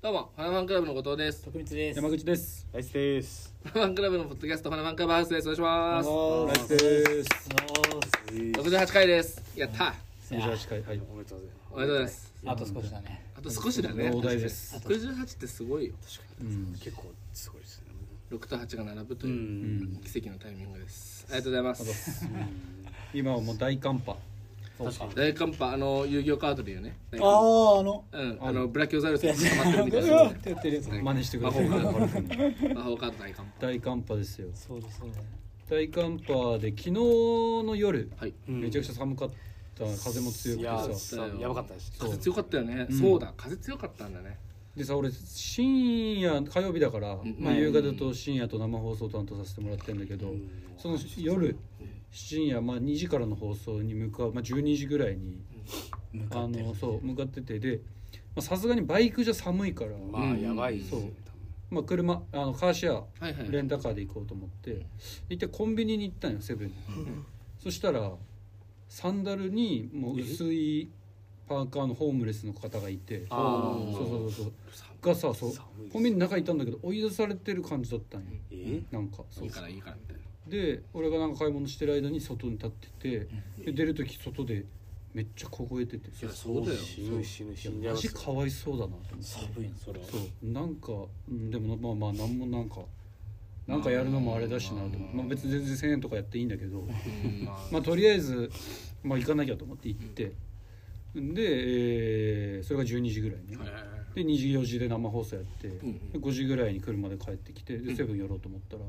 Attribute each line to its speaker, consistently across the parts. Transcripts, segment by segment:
Speaker 1: どうも、ファンファンクラブの後藤です。
Speaker 2: 徳光です
Speaker 3: 山口です。
Speaker 4: ナイスです。
Speaker 1: ファンファンクラブのポッドキャスト、ファンファンクラブハウスです。お願いします。
Speaker 2: お願いします
Speaker 3: です。
Speaker 1: 68回です。やった
Speaker 2: いや
Speaker 3: 38回、はい。
Speaker 4: おめでとうござい
Speaker 1: お
Speaker 4: ま
Speaker 1: めでとうございます。
Speaker 2: あと少しだね
Speaker 1: あと少しだね。
Speaker 3: 大台です
Speaker 1: 68ってすごいよ。
Speaker 3: うん
Speaker 4: す。結構すごいですね。
Speaker 1: 6と8が並ぶと
Speaker 4: う。
Speaker 1: いうん奇跡のタイミングです。ありがとうございます。
Speaker 3: 今はもう大寒波。
Speaker 2: そうか
Speaker 1: 大寒波、あの、遊戯王カードで言うね。
Speaker 2: あああの
Speaker 1: うん、あの、ブラキオザウルスが
Speaker 2: いや
Speaker 1: 捕まってるみたいな
Speaker 2: う
Speaker 1: や
Speaker 2: わってやってるやつ
Speaker 3: 真似してくださ
Speaker 1: 魔法
Speaker 3: い。
Speaker 1: つね。魔法カード大寒波。
Speaker 3: 大寒波ですよ。
Speaker 2: そうだそうだ
Speaker 3: 大寒波で昨日の夜、
Speaker 1: はい。
Speaker 4: うん
Speaker 3: めちゃくちゃ寒かった。風も強
Speaker 4: いや
Speaker 3: くてさ。
Speaker 4: さやばかったです。
Speaker 1: 風強かったよね。
Speaker 3: うん
Speaker 1: そうだ、風強かったんだね。
Speaker 3: でさ、俺深夜火曜日だから、
Speaker 1: ん
Speaker 3: まあ夕方と深夜と生放送担当させてもらってるんだけど、その夜深夜まあ2時からの放送に向かう、まあ12時ぐらいに。
Speaker 2: 向か
Speaker 3: あ
Speaker 2: って
Speaker 3: のそう向かっててでまあさすがにバイクじゃ寒いから、まあ
Speaker 4: まあやばいです
Speaker 3: そう
Speaker 4: ね。
Speaker 3: 車あのカーシェ
Speaker 1: はいは
Speaker 3: ア
Speaker 1: い。
Speaker 3: レンタカーで行こうと思って一体コンビニに行ったんよセブンに、そしたらサンダルにもう薄いパーカーのホームレスの方がいて
Speaker 4: あ
Speaker 3: そ
Speaker 4: ー
Speaker 3: うそうそうそうがさそう
Speaker 4: 寒いです
Speaker 3: コンビニの中にいたんだけど追い出されてる感じだったんよ
Speaker 4: え？
Speaker 3: なんかそ
Speaker 1: いういからいいからみたいな。
Speaker 3: で俺がなんか買い物してる間に外に立っててで出る時外でめっちゃ凍えてて
Speaker 1: いや、そうだよ。
Speaker 4: 死ぬ死ぬ死んじゃ
Speaker 3: マ
Speaker 4: いま
Speaker 3: ジ
Speaker 4: す。
Speaker 3: かわいそうだなと思って。
Speaker 2: 寒いのそれは
Speaker 3: そうなんかうんでもまあまあなんもなんかなんかやるのもあれだしなと思って、まあ、別に全然1,000円とかやっていいんだけど
Speaker 1: うんまあ
Speaker 3: まあとりあえず、まあ、行かなきゃと思って行ってで、えーそれが12時ぐらいに、
Speaker 1: え
Speaker 3: で24時で生放送やって、
Speaker 1: ん
Speaker 3: で5時ぐらいに車で帰ってきてでセブン寄ろうと思ったら、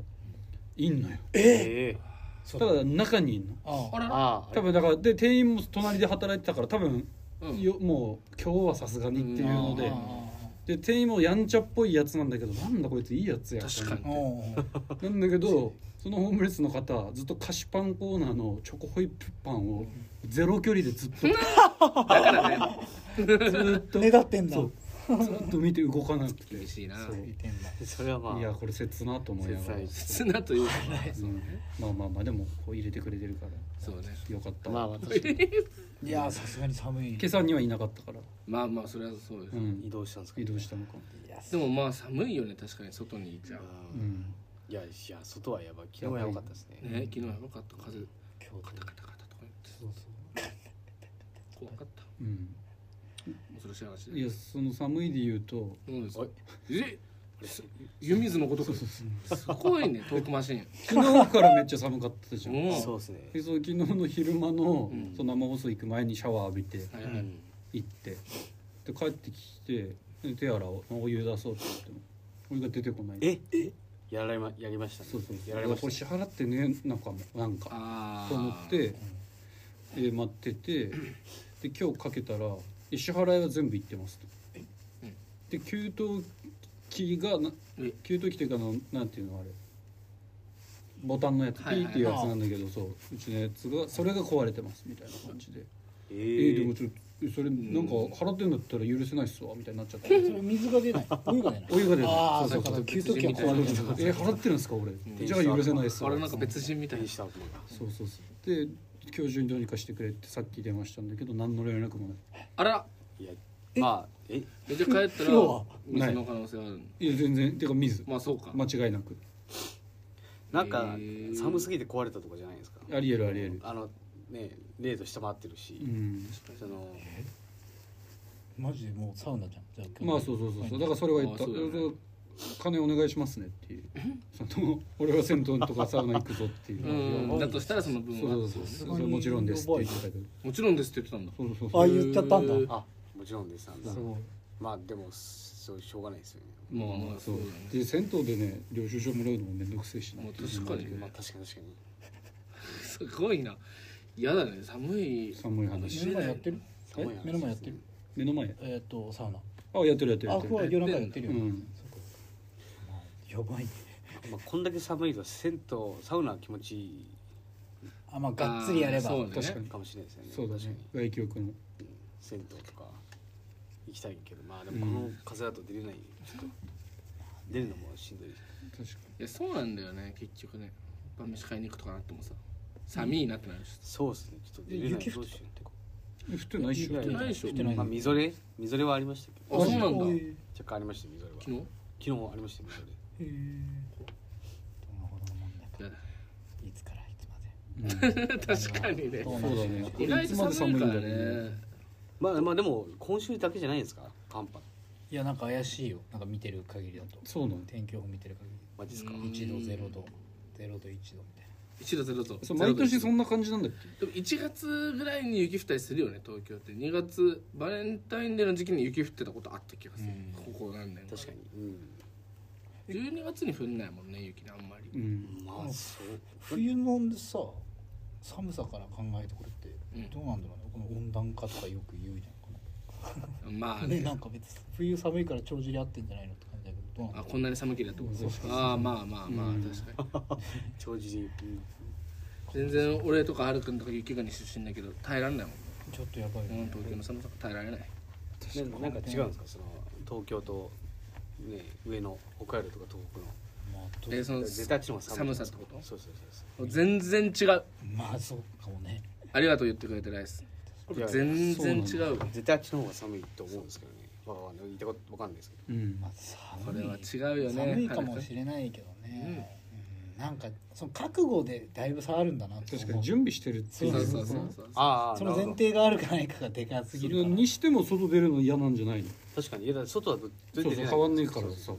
Speaker 3: いんのよ
Speaker 4: え？
Speaker 2: そ
Speaker 3: た
Speaker 2: うだ
Speaker 3: だ中にいんの
Speaker 2: あ
Speaker 1: ーあらら。
Speaker 4: ああ。
Speaker 3: 多分だからで店員も隣で働いてたから多分、
Speaker 1: うん
Speaker 3: よもう今日はさすがにっていうので。
Speaker 2: あ
Speaker 3: で店員もやんちゃっぽいやつなんだけどなんだこいついいやつや
Speaker 1: 確かに
Speaker 2: あおうおう
Speaker 3: なんだけどそのホームレスの方ずっと菓子パンコーナーのチョコホイップパンをゼロ距離でずっと
Speaker 1: だからね。
Speaker 3: ず ーっと
Speaker 2: ねだってんだ
Speaker 3: そうずーっと見て動かなくて
Speaker 1: 厳しいな
Speaker 3: そう
Speaker 2: 見てんだ
Speaker 4: それはまあ。
Speaker 3: いやこれ切なと思いな
Speaker 4: 切
Speaker 3: がら
Speaker 4: ない。
Speaker 1: 砂というかね。
Speaker 3: うんまあまあまあでもこう入れてくれてるから
Speaker 1: そうね。
Speaker 3: よかった、
Speaker 4: まあ私
Speaker 2: いやさすがに寒い
Speaker 3: 今朝にはいなかったから、
Speaker 1: まあまあそれはそうです、
Speaker 3: うん
Speaker 4: 移、動したんですか
Speaker 3: 移。動したのかも、
Speaker 2: いや
Speaker 1: でもまあ寒いよね確かに外にいちゃう
Speaker 3: う
Speaker 4: うん
Speaker 3: ん、
Speaker 4: いやいや外はやばい。昨日はやばかったですね。
Speaker 1: ね昨日やばかった風
Speaker 2: 今
Speaker 1: カ
Speaker 2: 日
Speaker 1: タカタカタとか言って怖かった
Speaker 3: うん、
Speaker 1: 恐ろしい話
Speaker 3: い
Speaker 1: で
Speaker 3: やその寒いで言うと
Speaker 1: そうです
Speaker 4: おい
Speaker 1: えす湯水のごとくすごい ねトークマシン
Speaker 3: 昨日からめっちゃ寒かったじゃん
Speaker 1: うん
Speaker 4: そうですね。
Speaker 3: でそう昨日の昼間の,、
Speaker 1: うん
Speaker 3: その生放送行く前にシャワー浴びて
Speaker 1: はいは
Speaker 4: う
Speaker 1: い
Speaker 4: ん。
Speaker 3: 行ってで帰ってきてで手洗おうお湯出そうって言っても俺が出てこない
Speaker 4: え？やられまやりましたね。
Speaker 3: そうそうそう
Speaker 4: やられま
Speaker 3: これ
Speaker 4: し
Speaker 3: 支払ってねなんかもなんか
Speaker 1: ああ
Speaker 3: と思って、えー待っててで今日かけたら「え支払いは全部行ってます」と。で給湯器がな
Speaker 1: え
Speaker 3: 給湯器っていうかあのなんていうのあれボタンのやつピ
Speaker 1: はいはい
Speaker 3: ーっていうやつなんだけどそううちのやつがそれが壊れてますみたいな感じで
Speaker 4: た。
Speaker 3: 「え
Speaker 4: え
Speaker 3: ーでもちょっとそれなんか払ってんだったら許せないっすわ」みたいになっちゃって。
Speaker 2: それ水が出ないお湯が出ない
Speaker 3: お湯が出る
Speaker 2: ああ
Speaker 3: そ
Speaker 2: だ
Speaker 3: う
Speaker 2: か
Speaker 3: そう
Speaker 2: ら
Speaker 3: そう
Speaker 2: 給湯器は壊れる
Speaker 3: え払ってるんですか俺じゃあ許せないっす
Speaker 1: あれなんか別人みたいな
Speaker 4: 手にしたものが。
Speaker 3: そうそうそうで今日中にどうにかしてくれってさっき電話したんだけど何の連絡もない
Speaker 1: あら
Speaker 4: いやまあえ
Speaker 1: えじゃあ帰ったら
Speaker 2: 今日は
Speaker 1: 水の可能性はある
Speaker 3: いや全然てか見ず
Speaker 1: まあそうか
Speaker 3: 間違いなく
Speaker 4: なんか
Speaker 1: へー
Speaker 4: 寒すぎて壊れたとかじゃないですか。
Speaker 3: ありえるありえる
Speaker 4: あのね0度下回ってるし、
Speaker 3: うん
Speaker 4: その
Speaker 2: マジでもうサウナじゃんじゃあ
Speaker 3: まあそうそうそうそうだからそれは言った
Speaker 1: あそうだよね
Speaker 3: そう金お願いしますねっていうその俺は銭湯とかサウナ行くぞっていううん
Speaker 1: だとしたらその分
Speaker 3: そうそう
Speaker 1: は
Speaker 3: そう
Speaker 2: さす
Speaker 3: そ
Speaker 2: がに
Speaker 3: れもちろんですって言ってたけど
Speaker 1: もちろんですって言ってたんだ
Speaker 3: そうそう
Speaker 2: あ
Speaker 3: そう
Speaker 2: 言っちゃったんだ
Speaker 1: うん
Speaker 4: あもちろんですなんだ
Speaker 2: すごい
Speaker 4: まあでもそうしょうがないですよね。
Speaker 1: まあまあ
Speaker 3: そ
Speaker 1: そう
Speaker 3: う
Speaker 1: だね
Speaker 3: で銭湯でね領収書もらうのもめんどくせえしな
Speaker 1: もう確かにね
Speaker 4: まあ確かに確かに。
Speaker 1: すごいな嫌だね寒い
Speaker 3: 寒い話
Speaker 2: 目の前やってる
Speaker 4: 寒い話
Speaker 2: え目の前やってる
Speaker 3: 目の前
Speaker 2: えーっとサウナ
Speaker 3: あやってるやってるや
Speaker 2: あ
Speaker 3: って
Speaker 2: 今
Speaker 3: る
Speaker 2: 日夜中やってる
Speaker 3: う
Speaker 2: よね
Speaker 3: ん
Speaker 2: やばいね
Speaker 4: まあこんだけ寒いと銭湯サウナは気持ちい
Speaker 2: あまあがっつりやれば
Speaker 1: そうね
Speaker 3: 確か
Speaker 4: いかもしれないですよね。
Speaker 3: そうだ
Speaker 4: 確
Speaker 3: ね外気浴の
Speaker 4: かに銭湯とか行きたいけどまあでもこの風だと出れない。ちょっと出るのもしんどいし。
Speaker 3: 確か
Speaker 1: いやそうなんだよね結局ね晩飯買いに行くとかなってもさ寒いなってなるし
Speaker 4: そうですねちょっと出れない
Speaker 2: 雪
Speaker 4: ど
Speaker 2: 降っ
Speaker 4: うしようってこ
Speaker 3: に降ってないっしょ
Speaker 4: いやいや
Speaker 1: ないでしょ
Speaker 2: 降ってな
Speaker 4: う。
Speaker 2: い
Speaker 4: まあみぞれみぞれはあるりましたけど。
Speaker 1: あそうなんだ
Speaker 2: おい
Speaker 4: 若干ありましたみぞれは
Speaker 1: 昨日
Speaker 4: 昨日ありましたみぞれ
Speaker 2: へえのほどの問題か
Speaker 1: やだ
Speaker 2: いつからいつまで
Speaker 3: うん
Speaker 1: 確かにね
Speaker 2: どう
Speaker 3: そ
Speaker 2: なん
Speaker 3: う
Speaker 2: でしょう
Speaker 3: だね。
Speaker 1: 意外と寒いからね
Speaker 4: まあまあでも今週だけじゃないですか寒波
Speaker 2: いやなんか怪しいよなんか見てる限りだと
Speaker 3: そうなの。
Speaker 2: 天気予報見てる限
Speaker 4: マジですか
Speaker 1: うん
Speaker 2: り1度0度0度1度みたいな
Speaker 1: 1度0度
Speaker 3: そう毎年そ
Speaker 1: なん
Speaker 3: な感じなんだっけ？
Speaker 1: でも1月ぐらいに雪降ったりするよね東京って2月バレンタインデーの時期に雪降ってたことあった気がする、
Speaker 2: うん
Speaker 1: ここ何年
Speaker 4: 確かにう
Speaker 1: に12月に降んないもんね雪ねあんまり、
Speaker 3: うん。
Speaker 4: んまあそう
Speaker 2: 冬のさ寒さから考えてこれって
Speaker 1: うん
Speaker 2: どうなんだろうねこの温暖化とかよく言うじゃんこの
Speaker 1: まあ
Speaker 2: ね、
Speaker 1: ね
Speaker 2: なんか別に冬寒いから帳尻合ってんじゃないのって感じだけどどうな
Speaker 1: あ
Speaker 2: の
Speaker 1: こんなに寒けりゃってことですかああまあまあまあ、
Speaker 3: うん
Speaker 1: 確かに
Speaker 4: 長寿に
Speaker 1: 全然俺とかはるくんとか雪国出身だけど耐えられないもん
Speaker 2: ちょっとやばいよ
Speaker 1: うん
Speaker 2: ね
Speaker 1: 東京の寒さ耐えられない
Speaker 4: うんなんか違うんですかその東京とね上の北海道とか東北の
Speaker 2: まあどう
Speaker 1: えーその
Speaker 4: 絶対あっちの方が寒
Speaker 1: 寒
Speaker 4: い
Speaker 1: さってこと
Speaker 4: そうそうそう
Speaker 1: 全然違う
Speaker 2: まあそうかもね
Speaker 1: ありがとう言ってくれてライス
Speaker 4: そういや
Speaker 1: 全然違う
Speaker 4: 絶対あっちの方が寒いと思うんですけどねまあまあ言ったことわかんないですけど
Speaker 3: うん
Speaker 2: ま。あ寒い
Speaker 1: これは違うよね
Speaker 2: 寒いかもしれないけどね、うんなんかその覚悟でだいぶ差あるんだなって
Speaker 3: 確
Speaker 2: 思う
Speaker 3: かに準備してるって
Speaker 1: そ
Speaker 3: いうう
Speaker 1: そ
Speaker 3: の
Speaker 1: う
Speaker 3: が。
Speaker 1: そうそうそう
Speaker 4: ああ
Speaker 2: その前提があるかないかがでかす
Speaker 3: そ
Speaker 2: ぎる
Speaker 3: れ
Speaker 2: から
Speaker 3: にしても外出るの嫌なんじゃないの？
Speaker 4: 確かにいやだから外はど
Speaker 3: そう
Speaker 4: ど
Speaker 3: そう変わんねえから
Speaker 4: そう
Speaker 3: さ
Speaker 4: そう。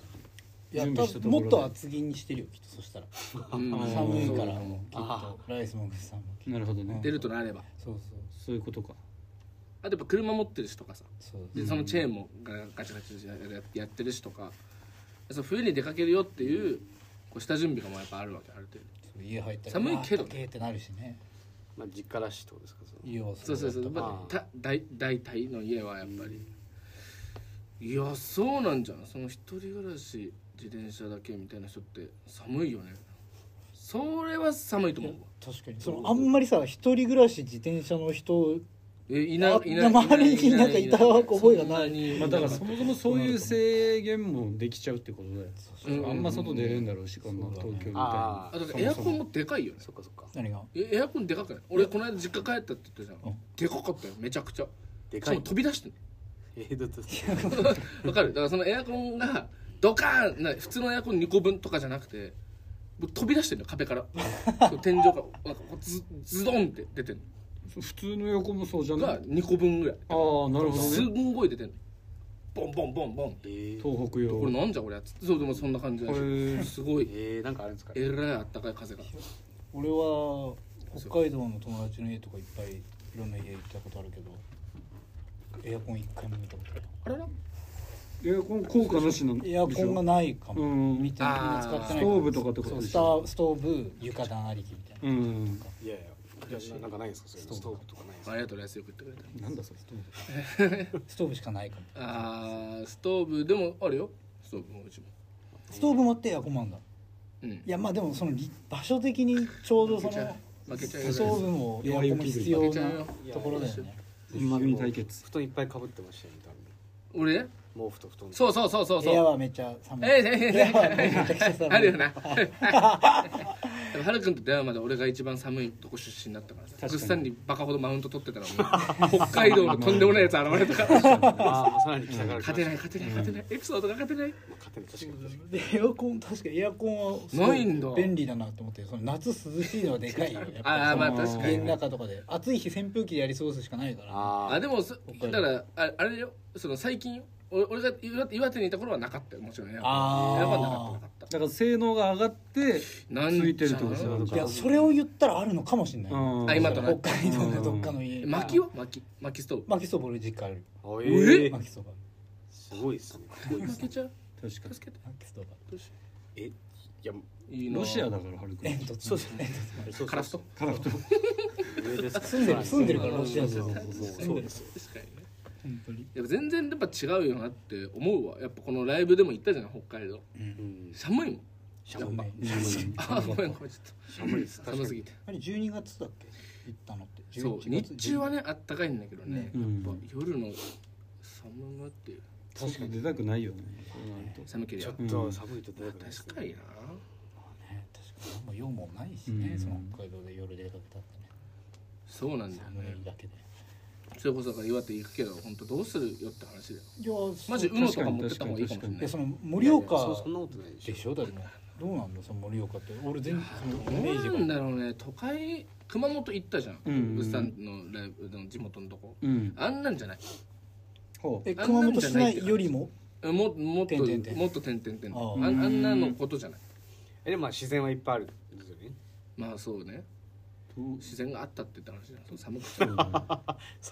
Speaker 2: いや
Speaker 3: 準備してたとこ
Speaker 2: も
Speaker 3: ろ
Speaker 2: っ
Speaker 3: で
Speaker 2: と厚着にしてるよきっとそしたら
Speaker 1: うん
Speaker 3: あー
Speaker 2: 寒いから
Speaker 1: そう
Speaker 2: きっとライスもぐさんもきっと
Speaker 3: なるほどね。
Speaker 1: 出るとなれば
Speaker 2: そうそう
Speaker 3: そういうことか。
Speaker 1: あとやっぱ車持ってる人とかさ
Speaker 2: そう
Speaker 1: でそのチェーンもガガチャガチャやってるしとかその冬に出かけるよっていうこう下準備がもうやっぱあるわけある程
Speaker 2: そう家入ったら
Speaker 1: 寒いけど
Speaker 2: あったけーってなるしね
Speaker 4: まあ実家らしいってことですかその
Speaker 2: 家は
Speaker 1: 度そうそうそう
Speaker 2: だった
Speaker 1: まあた大大体の家はやっぱりいやそうなんじゃんその一人暮らし自転車だけみたいな人って寒いよねそれは寒いと思うわ
Speaker 2: 確かにそのあんまりさ一人暮らし自転車の人
Speaker 1: えいな
Speaker 2: あ
Speaker 1: いない
Speaker 2: 周りになんかいた覚えがない
Speaker 1: い
Speaker 3: まあだからそもそもそういう制限もできちゃうってことだよ。
Speaker 1: うん
Speaker 3: あんま外出れんだろうし、こんな
Speaker 2: そうだね
Speaker 3: 東京みたい
Speaker 4: あ
Speaker 3: な。
Speaker 1: あだからエアコンもでかいよね
Speaker 4: そっかそっか
Speaker 2: 何が
Speaker 1: えエアコンでかくない俺この間実家帰ったって言ったじゃん、
Speaker 2: うん
Speaker 1: でかかったよめちゃくちゃ
Speaker 4: で
Speaker 1: し
Speaker 4: か
Speaker 1: か
Speaker 4: い
Speaker 1: も飛び出してんの
Speaker 4: ええだって
Speaker 1: わかるだからそのエアコンがドカーンな普通のエアコン2個分とかじゃなくてもう飛び出してんの壁 からそう天井からなんかこうズズドンって出てん
Speaker 3: そう普通の横もそうじゃ
Speaker 1: の
Speaker 3: ない。あ
Speaker 1: が2個分ぐらい
Speaker 3: あー、なるほど
Speaker 1: す
Speaker 3: ね。
Speaker 1: んごい出てんのボンボンボンボンって
Speaker 4: えー
Speaker 3: 東北用。
Speaker 1: これなんじゃこれやつってそうでもそんな感じだ
Speaker 3: へー
Speaker 1: すごい
Speaker 4: えーなんかあるんですか
Speaker 1: えらいあったかい風が
Speaker 2: 俺は北海道の友達の家とかいっぱいいろんな家行ったことあるけどエアコン一回も見たことない
Speaker 1: あれな
Speaker 3: エアコン効果なしなんでし
Speaker 2: エア
Speaker 3: ょ
Speaker 2: コンがないか
Speaker 3: う
Speaker 2: も見
Speaker 3: ん
Speaker 2: てみんな使ってないから
Speaker 3: あーストーブとかってこと
Speaker 2: そう
Speaker 3: で
Speaker 2: ス
Speaker 3: しょ
Speaker 2: タストーブ床暖ありきみたいな、
Speaker 3: うん
Speaker 4: いやいやいやなんかないんですかそういうのストーブとかないんです
Speaker 1: あ
Speaker 4: か
Speaker 1: りがとうライスよく言ってくれた
Speaker 3: なんだそれ
Speaker 2: ストーブしかないかも
Speaker 1: あーストーブでもあるよストーブもうちも
Speaker 2: ストーブ持ってエアコンもあんだ
Speaker 1: うん
Speaker 2: いやまあでもそのり場所的にちょうどそ
Speaker 1: 負
Speaker 2: の
Speaker 1: けちゃう負けちゃうよ
Speaker 2: ストーブもエアコンも必要なところだよね
Speaker 3: 今組対決
Speaker 4: 布団いっぱいかぶってましたよね多分
Speaker 1: 俺
Speaker 4: 毛布と布団
Speaker 1: そうそうそうそう
Speaker 2: 部
Speaker 1: そ
Speaker 2: 屋
Speaker 1: う
Speaker 2: はめっちゃ寒い
Speaker 1: ええええ
Speaker 2: 部屋はめちゃくちゃ寒い
Speaker 1: ある よなはるくんと出会うまで俺が一番寒いとこ出身だったからさ
Speaker 3: 確
Speaker 1: ぐ
Speaker 3: か
Speaker 1: っ
Speaker 3: に
Speaker 1: さんにバカほどマウント取ってた らもう北海道のとんでもないやつ現れたから
Speaker 4: ああまあさらに北から来ました
Speaker 1: 勝てない勝てない勝てないエピソードが勝てない
Speaker 4: まあ勝てない確かに確かに
Speaker 2: でエアコン確かにエアコンはすご
Speaker 1: ないんだ
Speaker 2: 便利だなと思ってその夏涼しいのはでかいよやっぱり
Speaker 1: あーまあ
Speaker 2: そ
Speaker 1: 確
Speaker 2: の
Speaker 1: か
Speaker 3: に
Speaker 2: 家の中とかで暑い日扇風機でやり過ごすしかないから
Speaker 4: あー
Speaker 1: あでもそだからああれよその最近よ俺俺が岩手岩手にいた頃はなかったよもちろんねやっ
Speaker 2: あー
Speaker 1: ぱなかったなかった
Speaker 3: だから性能が上がって
Speaker 1: なん
Speaker 3: ついてるってこと
Speaker 1: じゃ
Speaker 3: だ
Speaker 1: ん
Speaker 3: よ
Speaker 2: いやそれを言ったらあるのかもしれない
Speaker 3: うん
Speaker 1: あ今となって
Speaker 2: 北海道のどっかの家
Speaker 1: 薪は薪薪ストーブ
Speaker 2: 薪そば俺実家ある
Speaker 4: あえ
Speaker 1: え
Speaker 4: ー
Speaker 2: 薪そば
Speaker 4: すごいですねかっこいいです
Speaker 1: 負け
Speaker 4: ね
Speaker 1: ちゃう
Speaker 3: 確か
Speaker 1: 助けて
Speaker 2: 薪そば
Speaker 1: どうしよ
Speaker 4: えいや
Speaker 1: ういい
Speaker 3: に
Speaker 1: な
Speaker 3: ロシアだからはるくん
Speaker 2: 煙突そうですね
Speaker 4: そう
Speaker 1: カラフト
Speaker 3: カラフト
Speaker 4: 上です
Speaker 2: 住んでる住んでるからロシア人
Speaker 4: そうそうそうそうですよ
Speaker 1: 確かにね
Speaker 2: 本当に
Speaker 1: やっぱ全然やっぱ違うよなって思うわやっぱこのライブでも行ったじゃん北海道
Speaker 4: うん
Speaker 1: 寒いもん
Speaker 4: シャム
Speaker 2: やっ
Speaker 1: あーごめんごめんち
Speaker 4: シャムです
Speaker 1: ょっと寒すぎて
Speaker 2: あれ12月だっけ行ったのって
Speaker 1: そう
Speaker 2: 11月
Speaker 1: 日中はねあったかいんだけどね
Speaker 2: ね
Speaker 1: やっぱ
Speaker 3: うん
Speaker 1: 夜の寒むっていう
Speaker 3: 確かに出たくないよねそうなると
Speaker 1: 寒けり
Speaker 4: ちょ
Speaker 1: ゃ
Speaker 4: っと寒いと出たくないです
Speaker 1: 確
Speaker 4: ね
Speaker 1: かにな
Speaker 2: ね確かにあんま用もないしね
Speaker 3: うん
Speaker 2: その北海道で夜出かけたってね
Speaker 1: そうなんだよ
Speaker 2: 寒
Speaker 1: ね
Speaker 2: いだけで
Speaker 1: それこそだから岩手行くけど本当どうするよって話だよ
Speaker 2: いや
Speaker 1: マジ
Speaker 2: そう
Speaker 1: うのとか持ってった方がいいかもしれ
Speaker 3: 確かに確かに確かに
Speaker 1: ない
Speaker 2: いやその
Speaker 4: い
Speaker 2: 盛
Speaker 4: やいや
Speaker 2: 岡
Speaker 4: そそんなことないでしょ
Speaker 2: でしょだってどうなんだその盛岡って俺全然そのイメージ
Speaker 1: どうなん
Speaker 2: が
Speaker 1: だろうね都会熊本行ったじゃん
Speaker 3: うんうん
Speaker 1: 物産のライブの地元のとこ
Speaker 3: うん
Speaker 1: あんなんじゃない
Speaker 3: ほう
Speaker 2: え熊本市内よりも
Speaker 1: ももっと
Speaker 2: てんてんてん
Speaker 1: もっと点々点
Speaker 2: ああ
Speaker 1: あんあんなのことじゃない
Speaker 4: えでもまあ自然はいっぱいあるんですよね
Speaker 1: まあそうね
Speaker 3: どう
Speaker 1: 自然があったって言った話じゃんその寒く
Speaker 3: そうだね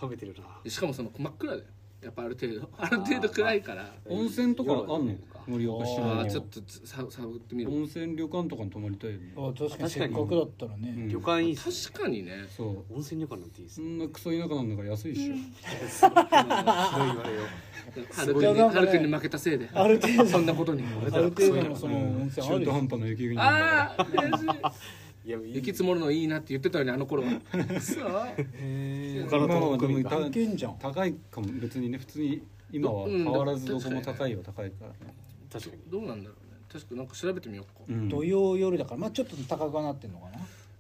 Speaker 4: 冷めてるな
Speaker 1: てしかもその真っ暗だよやっぱある程度 ある程度暗いから
Speaker 3: 温泉とかあんの盛岡市
Speaker 1: あ
Speaker 2: まあ
Speaker 1: ー
Speaker 3: 内
Speaker 1: ちょ
Speaker 3: に
Speaker 1: っとつさ探ってみる
Speaker 3: 温泉旅館とかに泊まりたいよね
Speaker 2: あ確かに
Speaker 4: 確
Speaker 2: せ
Speaker 4: か
Speaker 2: っ
Speaker 4: に
Speaker 2: かくだったら
Speaker 3: う
Speaker 2: ね
Speaker 3: ん
Speaker 4: 旅館いいっすね
Speaker 1: 確かにね
Speaker 3: そう
Speaker 4: 温泉旅館なんていいっす
Speaker 3: そ
Speaker 4: ね
Speaker 3: んなクソ田舎なんだから安いっしょ
Speaker 4: ひどい言われよ
Speaker 1: はるくん
Speaker 2: いや
Speaker 1: に
Speaker 2: なん
Speaker 1: は
Speaker 2: かね
Speaker 1: るくんに負けたせいで
Speaker 2: ある程
Speaker 1: そん
Speaker 2: 度
Speaker 1: なことに
Speaker 2: ある程度のその温泉ある
Speaker 3: 中
Speaker 2: でし
Speaker 3: 途
Speaker 2: ょ
Speaker 3: 半端な雪国なんだか
Speaker 1: ああ
Speaker 3: ら
Speaker 1: 悔しい
Speaker 4: いやいい
Speaker 1: 雪積もるのいいなって言ってたよねあの頃はそう
Speaker 2: へ
Speaker 4: 他の
Speaker 3: 今はでも
Speaker 4: 国が
Speaker 3: た
Speaker 2: えいけんじゃん
Speaker 3: 高いかも別にね普通に今は変わらずどこも高いは高いからね
Speaker 4: 確かに
Speaker 1: どうなんだろうね確かなんか調べてみようか、
Speaker 3: うん
Speaker 2: 土曜夜だからまあちょっと高くはなってんのかな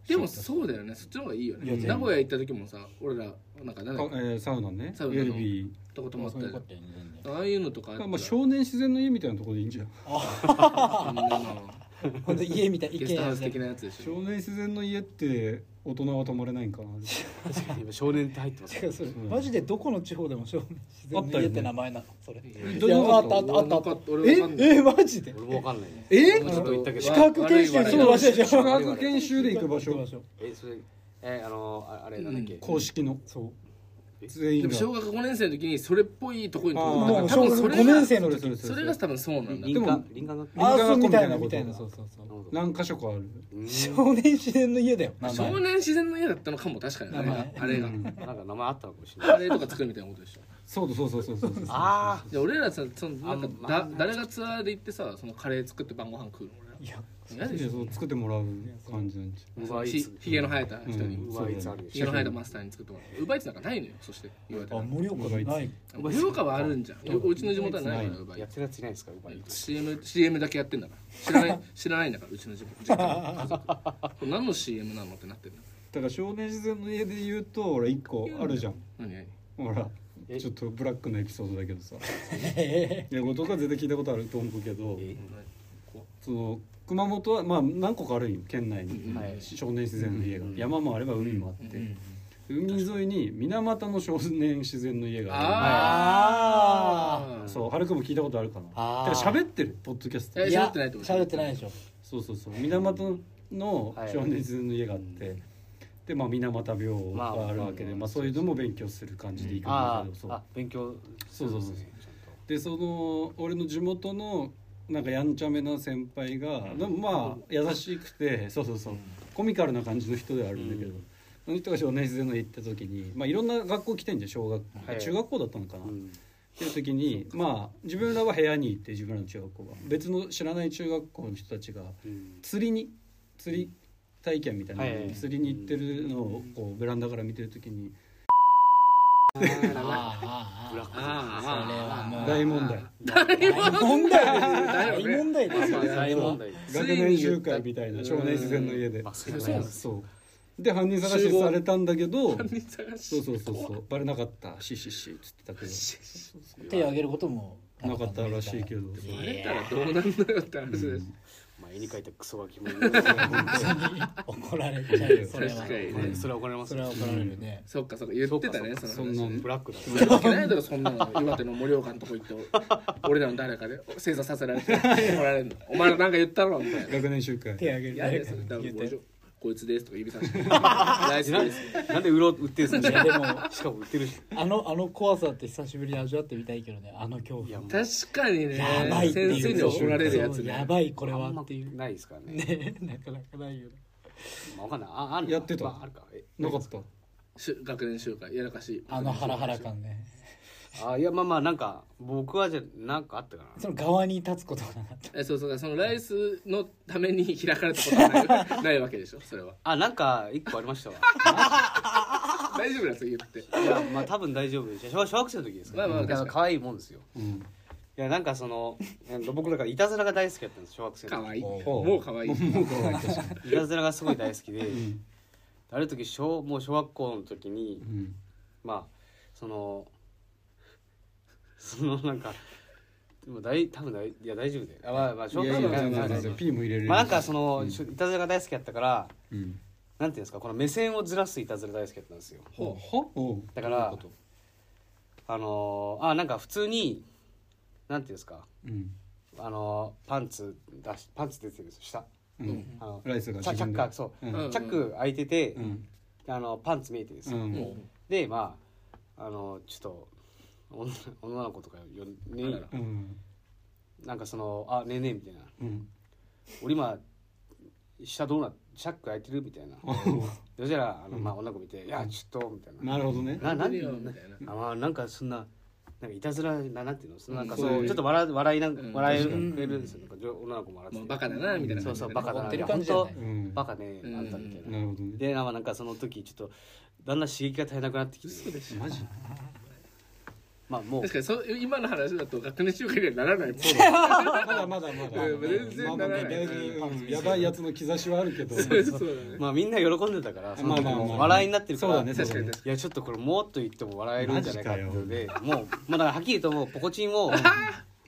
Speaker 1: でもそうだよねそっちの方がいいよ
Speaker 3: いや
Speaker 1: ね
Speaker 3: 全然
Speaker 1: 名古屋行った時もさ俺らなんか何だ
Speaker 3: か
Speaker 1: っけ行っ
Speaker 3: えーサウナね
Speaker 1: サウナの
Speaker 3: ウェルビー
Speaker 1: たこともあった
Speaker 2: そ
Speaker 1: よ
Speaker 2: うよ
Speaker 1: ね
Speaker 2: かったよね全然
Speaker 1: ああいうのとかあった
Speaker 3: まあ
Speaker 1: ら
Speaker 3: まあ少年自然の家みたいなところでいいんじゃん
Speaker 1: そんなの
Speaker 2: ほんと家みたい
Speaker 1: ゲス
Speaker 2: 一軒
Speaker 1: トハ
Speaker 2: 家
Speaker 1: ウス的
Speaker 2: で
Speaker 1: なやつでし
Speaker 3: 少
Speaker 1: ょ
Speaker 3: 年自然の家って大人は泊まれない んかな
Speaker 4: 確かに今少年って入ってます
Speaker 2: てかそれマジでどこの地方でも少年自然の家って名前なのそれ
Speaker 1: い
Speaker 2: い
Speaker 1: や
Speaker 3: どう
Speaker 2: や
Speaker 3: いうこと
Speaker 2: あったあったあったあ
Speaker 1: 俺
Speaker 2: っ
Speaker 1: わか
Speaker 2: た
Speaker 1: ん俺わかんない
Speaker 2: ええマジで
Speaker 4: 俺もわかんないね
Speaker 3: え
Speaker 1: もうちょっと言ったけど
Speaker 2: 資格研修
Speaker 1: 悪い
Speaker 2: そう
Speaker 1: 悪い
Speaker 2: らしいじゃん
Speaker 3: 宿泊研修で行く場所
Speaker 4: えそれえあのああれなんだっけ、
Speaker 3: 公式の
Speaker 2: そう
Speaker 3: 全員
Speaker 1: で
Speaker 3: が
Speaker 1: も小学5年生の時にそれっぽいとこに
Speaker 3: あー
Speaker 1: 泊ま
Speaker 2: も
Speaker 1: っ
Speaker 2: う
Speaker 1: た
Speaker 2: 小
Speaker 1: 多分
Speaker 2: 学
Speaker 1: それが
Speaker 2: 5年生の時
Speaker 1: それが多分そうなんだ
Speaker 4: 林
Speaker 3: でも
Speaker 4: 間林間学
Speaker 3: あ
Speaker 4: な
Speaker 2: あ
Speaker 3: 林
Speaker 2: あそう
Speaker 3: 間学校
Speaker 2: み
Speaker 3: みた
Speaker 2: た
Speaker 3: い
Speaker 2: い
Speaker 3: な
Speaker 2: な
Speaker 3: こと
Speaker 2: みたいなそうそうそう
Speaker 4: るほど
Speaker 3: 何箇所かある
Speaker 4: うん
Speaker 2: 少年自然の家だよ名前
Speaker 1: 少年自然の家だったのかも確かに
Speaker 2: 名前
Speaker 1: ねあれが
Speaker 3: うん
Speaker 4: なんか名前あったのかもしれない
Speaker 1: カレーとか作るみたいなことでしょ
Speaker 3: そうだそうそうそう そうそう
Speaker 4: あ
Speaker 1: で俺らさそのなんか
Speaker 4: あ
Speaker 1: だ
Speaker 4: まあ
Speaker 1: 誰がツアーで行ってさそのカレー作って晩ご飯食うの俺ら
Speaker 2: いや
Speaker 1: 嫌
Speaker 3: い
Speaker 1: でし
Speaker 3: や
Speaker 1: ょ
Speaker 3: そう作ってもらう感じなんじ
Speaker 4: ウーバーイー
Speaker 1: ひ
Speaker 4: ツ
Speaker 1: ひげの生えた人に、
Speaker 3: うん
Speaker 4: ウーバーイーツあるで
Speaker 1: ひげ
Speaker 4: しょ
Speaker 1: の生えたマスターに作ってもらうウーバーイーツなんかないのよそして言われ
Speaker 2: あ
Speaker 1: たら
Speaker 2: 盛岡じゃない
Speaker 1: 盛岡はあるんじゃんううちの地元はないのよウーバーイ
Speaker 4: や
Speaker 1: ー
Speaker 4: っ
Speaker 1: ツ
Speaker 4: てるやついないですかウーバーイーツ
Speaker 1: CM, CM だけやってんだから知らない知らないんだからうちの地元実家の家族これ何の CM なのってなってるの
Speaker 3: だから少年自然の家で言うと俺一個あるじゃん
Speaker 1: 何何
Speaker 3: ほら
Speaker 4: え
Speaker 3: ちょっとブラックなエピソードだけどさ
Speaker 2: へ
Speaker 3: 英語とか絶対聞いたことあると思うけど
Speaker 4: え
Speaker 3: その熊本はまあ何個かあるんよ県内
Speaker 1: うん
Speaker 3: に、
Speaker 4: はい
Speaker 3: 少年自然の家が、
Speaker 1: うん
Speaker 3: 山もあれば海もあっ
Speaker 2: え
Speaker 3: て、海沿いに水俣の少年自然の家があ
Speaker 1: あー
Speaker 2: あ
Speaker 3: るそうはるくんも聞いたことあるかな
Speaker 2: あ
Speaker 3: て
Speaker 2: ー
Speaker 3: か喋ってるポッドキャスト
Speaker 1: え
Speaker 3: で
Speaker 1: 喋ってないってこと
Speaker 2: 喋ってないでしょ
Speaker 3: そうそうそう水俣の
Speaker 4: はい
Speaker 3: 少年自然の家があって、でまあ水俣病
Speaker 4: まあ
Speaker 3: があるわけで、
Speaker 4: まあ
Speaker 3: まあ、そういうのも勉強する感じで行くんだ
Speaker 4: あ
Speaker 3: けど、そ
Speaker 4: ー
Speaker 3: う
Speaker 4: あ勉強
Speaker 3: そうそうそう
Speaker 4: ち
Speaker 3: でその俺の地元のなんかやんちゃめな先輩が、でもまあ優しくてそうそうそう、コミカルな感じの人ではあるんだけど、
Speaker 4: うん
Speaker 3: その人が少年自然の行った時に、まあ、いろんな学校来てんじゃん小学校、
Speaker 4: はい
Speaker 3: 中学校だったのか
Speaker 4: ゃ
Speaker 3: な、
Speaker 4: んと
Speaker 3: っ
Speaker 4: うん
Speaker 3: ていう時にまあ自分らは部屋にいて自分らの中学校は別の知らない中学校の人たちが
Speaker 4: うん
Speaker 3: 釣りに釣り体験みたいなのに、
Speaker 4: はい
Speaker 3: 釣りに行ってるのをこうベランダから見てる時に
Speaker 4: ブラ
Speaker 2: あ
Speaker 4: ック
Speaker 1: あ
Speaker 2: それはもう
Speaker 3: 大問題
Speaker 2: あ大問題
Speaker 1: だ
Speaker 2: 大
Speaker 1: よね
Speaker 2: 問題ですよ
Speaker 4: まあ大問
Speaker 2: 題
Speaker 3: 学
Speaker 4: 題
Speaker 3: 年集会みたいな少年自然の家で
Speaker 4: まあそう
Speaker 1: そうなん
Speaker 4: だ
Speaker 1: で
Speaker 3: そうで犯人探しされたんだけど
Speaker 1: 犯人探し
Speaker 3: そうそうそうそうバレなかったシシシっつってたけど
Speaker 2: 手を挙げることも
Speaker 3: なかったらしいけど
Speaker 1: バレたらどうなんだよって話です、
Speaker 4: まあ絵に描いたクソガキもいる
Speaker 2: 怒られちゃうよそれは
Speaker 1: 確かに
Speaker 4: ねそれは怒られます
Speaker 2: それは怒られるね
Speaker 1: そっかそっか言ってたね
Speaker 4: そ
Speaker 1: そ
Speaker 4: っ
Speaker 1: の
Speaker 3: そん
Speaker 1: 話
Speaker 3: な
Speaker 4: ブラックだ
Speaker 1: そんなわけないだろそんなの岩手の盛岡のとこ行って俺らの誰かで正座させられて怒られるのお前らなんか言ったろみたいな
Speaker 3: 学年集会
Speaker 2: 手を挙げる
Speaker 1: いやいやそれ多分50こいつですとか指さして大事です
Speaker 4: なんで売ろう売ってるんです
Speaker 2: いや
Speaker 4: か
Speaker 2: でも
Speaker 4: しかも売ってるし
Speaker 2: あのあの怖さって久しぶりに味わってみたいけどねあの恐怖
Speaker 4: いやもう
Speaker 1: 確かにね
Speaker 2: やばいっていう
Speaker 1: 先生に怒られるやつ
Speaker 2: そうや
Speaker 1: ね
Speaker 2: ばいこれ
Speaker 4: あ
Speaker 2: は
Speaker 4: んま
Speaker 2: っていう
Speaker 4: ないですからね
Speaker 2: ねなかなかないよね
Speaker 4: まあわかんないああるか
Speaker 3: やってた
Speaker 4: まああるかえ
Speaker 3: なかった
Speaker 1: し学年集会やらかし
Speaker 2: あのハラハラ感ね
Speaker 4: あいやまあまあなんか僕はじゃなんかあったかな
Speaker 2: その側に立つことはなかった
Speaker 1: えそうそうそのライスのために開かれたことはないないわけでしょそれは
Speaker 4: あなんか一個ありましたわ
Speaker 1: 大丈夫だよそれ言って
Speaker 4: いやまあ多分大丈夫です小小学生の時ですから、
Speaker 1: まあまあ
Speaker 4: だから可愛いもんですよ
Speaker 3: うん
Speaker 4: いやなんかそのえー僕だからいたずらが大好きだったんです小学生の
Speaker 1: か
Speaker 4: 時
Speaker 1: わいい
Speaker 3: おう
Speaker 1: もうかわいい
Speaker 3: もう可愛い確か
Speaker 4: いたずらがすごい大好きで、
Speaker 3: に
Speaker 4: ある時小もう小学校の時に、
Speaker 3: うん
Speaker 4: まあそのそのなんかでも大多分大いや大丈夫であまあまあ
Speaker 3: い
Speaker 4: 紹
Speaker 3: や
Speaker 4: 介
Speaker 3: い
Speaker 4: も
Speaker 3: や
Speaker 4: まあ
Speaker 3: 全
Speaker 4: ま
Speaker 3: 然
Speaker 4: あ
Speaker 3: 全然 P も入れれる
Speaker 4: まあなんかその、
Speaker 3: うん
Speaker 4: しいたずらが大好きやったから
Speaker 3: うん
Speaker 4: なんていうんですかこの目線をずらすいたずら大好きやったんですよ
Speaker 3: ははおう
Speaker 4: だから
Speaker 3: どういうこ
Speaker 4: あのーあなんか普通になんていうんですか
Speaker 3: とうん
Speaker 4: あのーパンツ出しパンツ出てるんですよ下
Speaker 3: うん
Speaker 4: あの
Speaker 3: ライスが
Speaker 4: チャチャッカー
Speaker 3: で
Speaker 4: そうう、
Speaker 1: うん
Speaker 3: ん
Speaker 4: チャック開いてて、
Speaker 3: うん
Speaker 4: あのパンツ見えてるんです
Speaker 3: う
Speaker 4: よ、
Speaker 1: うんん
Speaker 4: でまああのちょっと女女の子とかよね
Speaker 1: あらら
Speaker 3: うん
Speaker 4: なんかその「あねえねえ」みたいな
Speaker 3: うん
Speaker 4: 「俺今下どうなシャック開いてる?」みたいな
Speaker 3: おう
Speaker 4: そしたらあの、
Speaker 3: うん
Speaker 4: まあ、女の子見て「いやちょっと」みたいな
Speaker 3: なるほどね
Speaker 1: な
Speaker 4: ななんん
Speaker 1: で
Speaker 4: てい
Speaker 1: よ
Speaker 4: う
Speaker 1: み
Speaker 4: の
Speaker 1: たいな
Speaker 4: あまあなんかそんななんかいたずらななんていうのそのなんか
Speaker 3: うん
Speaker 4: そう
Speaker 3: そういう
Speaker 4: ちょっと笑笑いな
Speaker 1: うん
Speaker 4: 笑え
Speaker 3: 確か
Speaker 4: る
Speaker 1: に
Speaker 4: くれるんですよなんか女女の子も笑って
Speaker 1: もう
Speaker 4: て
Speaker 1: バカだなみたいな
Speaker 4: そ
Speaker 1: 感
Speaker 4: う
Speaker 1: じ
Speaker 4: そう
Speaker 1: で
Speaker 4: バカだ
Speaker 2: 怒
Speaker 4: な
Speaker 2: ってる感じじゃない
Speaker 3: うん
Speaker 4: バカね
Speaker 1: うん
Speaker 4: あんたみたいな
Speaker 3: なるほどね
Speaker 4: でなんかなんかその時ちょっとだんだん刺激が足りなくなってき
Speaker 1: 嘘
Speaker 4: て
Speaker 1: でしょ
Speaker 3: マジ
Speaker 4: まあもう
Speaker 1: 確かにそう今の話だと学年集会にはならないもん
Speaker 3: まだまだまだ
Speaker 1: うん全然ならない
Speaker 3: まあまあだいぶうんやばいやつの兆しはあるけど
Speaker 1: そうそうだね
Speaker 4: まあみんな喜んでたからその時
Speaker 3: まあまあまあ
Speaker 4: 笑いになってるか
Speaker 3: そう
Speaker 4: ら
Speaker 3: だねそう
Speaker 1: 確か
Speaker 3: だ
Speaker 1: に
Speaker 3: ね
Speaker 1: 確か
Speaker 4: いやちょっとこれもっと言っても笑えるんじゃないかっていうのでもうもうだからはっきりともうポコチンを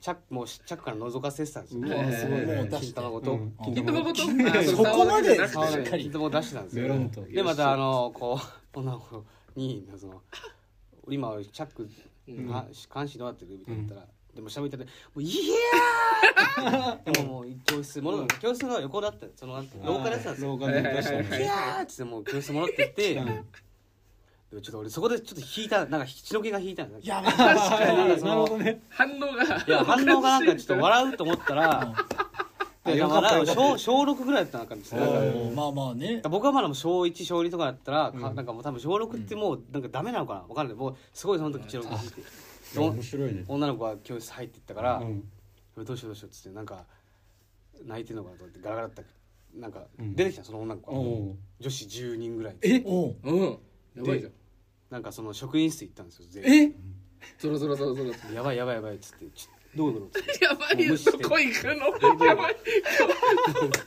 Speaker 4: チャックもうチャックから覗かせてたんですよ
Speaker 3: うわすごい
Speaker 2: も
Speaker 3: ね
Speaker 2: う出
Speaker 4: 金
Speaker 2: して
Speaker 4: 卵
Speaker 3: う
Speaker 4: と
Speaker 3: ん
Speaker 1: に金玉ごと
Speaker 2: や
Speaker 1: あ
Speaker 2: そこまで
Speaker 1: そう
Speaker 4: 金
Speaker 1: だ
Speaker 2: し
Speaker 1: ね
Speaker 2: っかり
Speaker 4: 玉を出してたんです
Speaker 3: メロ
Speaker 4: よ
Speaker 3: ンと
Speaker 4: でまたあのこう女の子にその今チャック
Speaker 1: うん
Speaker 4: あ監視どうなってるみたいな言ったらでも喋ったら「もういいや!」でももう教室もろ教室の横だったそのなんて廊下だったんですよ
Speaker 3: 廊下で出した
Speaker 1: は
Speaker 4: 「い
Speaker 3: ね
Speaker 4: や!」っつってもう教室戻ってって
Speaker 3: うん
Speaker 4: でもちょっと俺そこでちょっと引いたなんか血の気が引いたんだ
Speaker 2: やばい確
Speaker 4: かに
Speaker 3: なるほどね
Speaker 1: 反応が
Speaker 4: いや反応がなんかちょっと笑うと思ったら
Speaker 2: うん
Speaker 4: で
Speaker 2: あよか
Speaker 4: ま
Speaker 2: った
Speaker 4: だ
Speaker 2: よかった
Speaker 4: 小小6ぐらいだったのかですね
Speaker 3: おー
Speaker 2: まあまあね
Speaker 4: 僕はまだもう小1小2とかだったらか
Speaker 3: うん
Speaker 4: なんかもう多分小6ってもうなんかダメなのかなわかんないもうすごいその時血の気引いて
Speaker 3: いや面白いね
Speaker 4: 女の子が教室入ってったから
Speaker 3: う
Speaker 4: 「
Speaker 3: ん
Speaker 4: どうしようどうしよう」っつってなんか泣いてんのかなと思ってガラガラだったなんか
Speaker 3: うん
Speaker 4: 出てきたのその女の
Speaker 3: お
Speaker 4: 子が
Speaker 3: う
Speaker 4: 女子10人ぐらい
Speaker 3: え
Speaker 2: おう
Speaker 1: うんやばいじゃん
Speaker 4: なんかその職員室行ったんですよ全員
Speaker 3: え
Speaker 1: ゾロゾロゾロゾロ
Speaker 4: やばいやばいやばいっつってちょどうなのっつって
Speaker 1: やばい
Speaker 4: もう
Speaker 1: よ
Speaker 4: 無視して
Speaker 1: そこ行くのやばい
Speaker 4: どうなのっ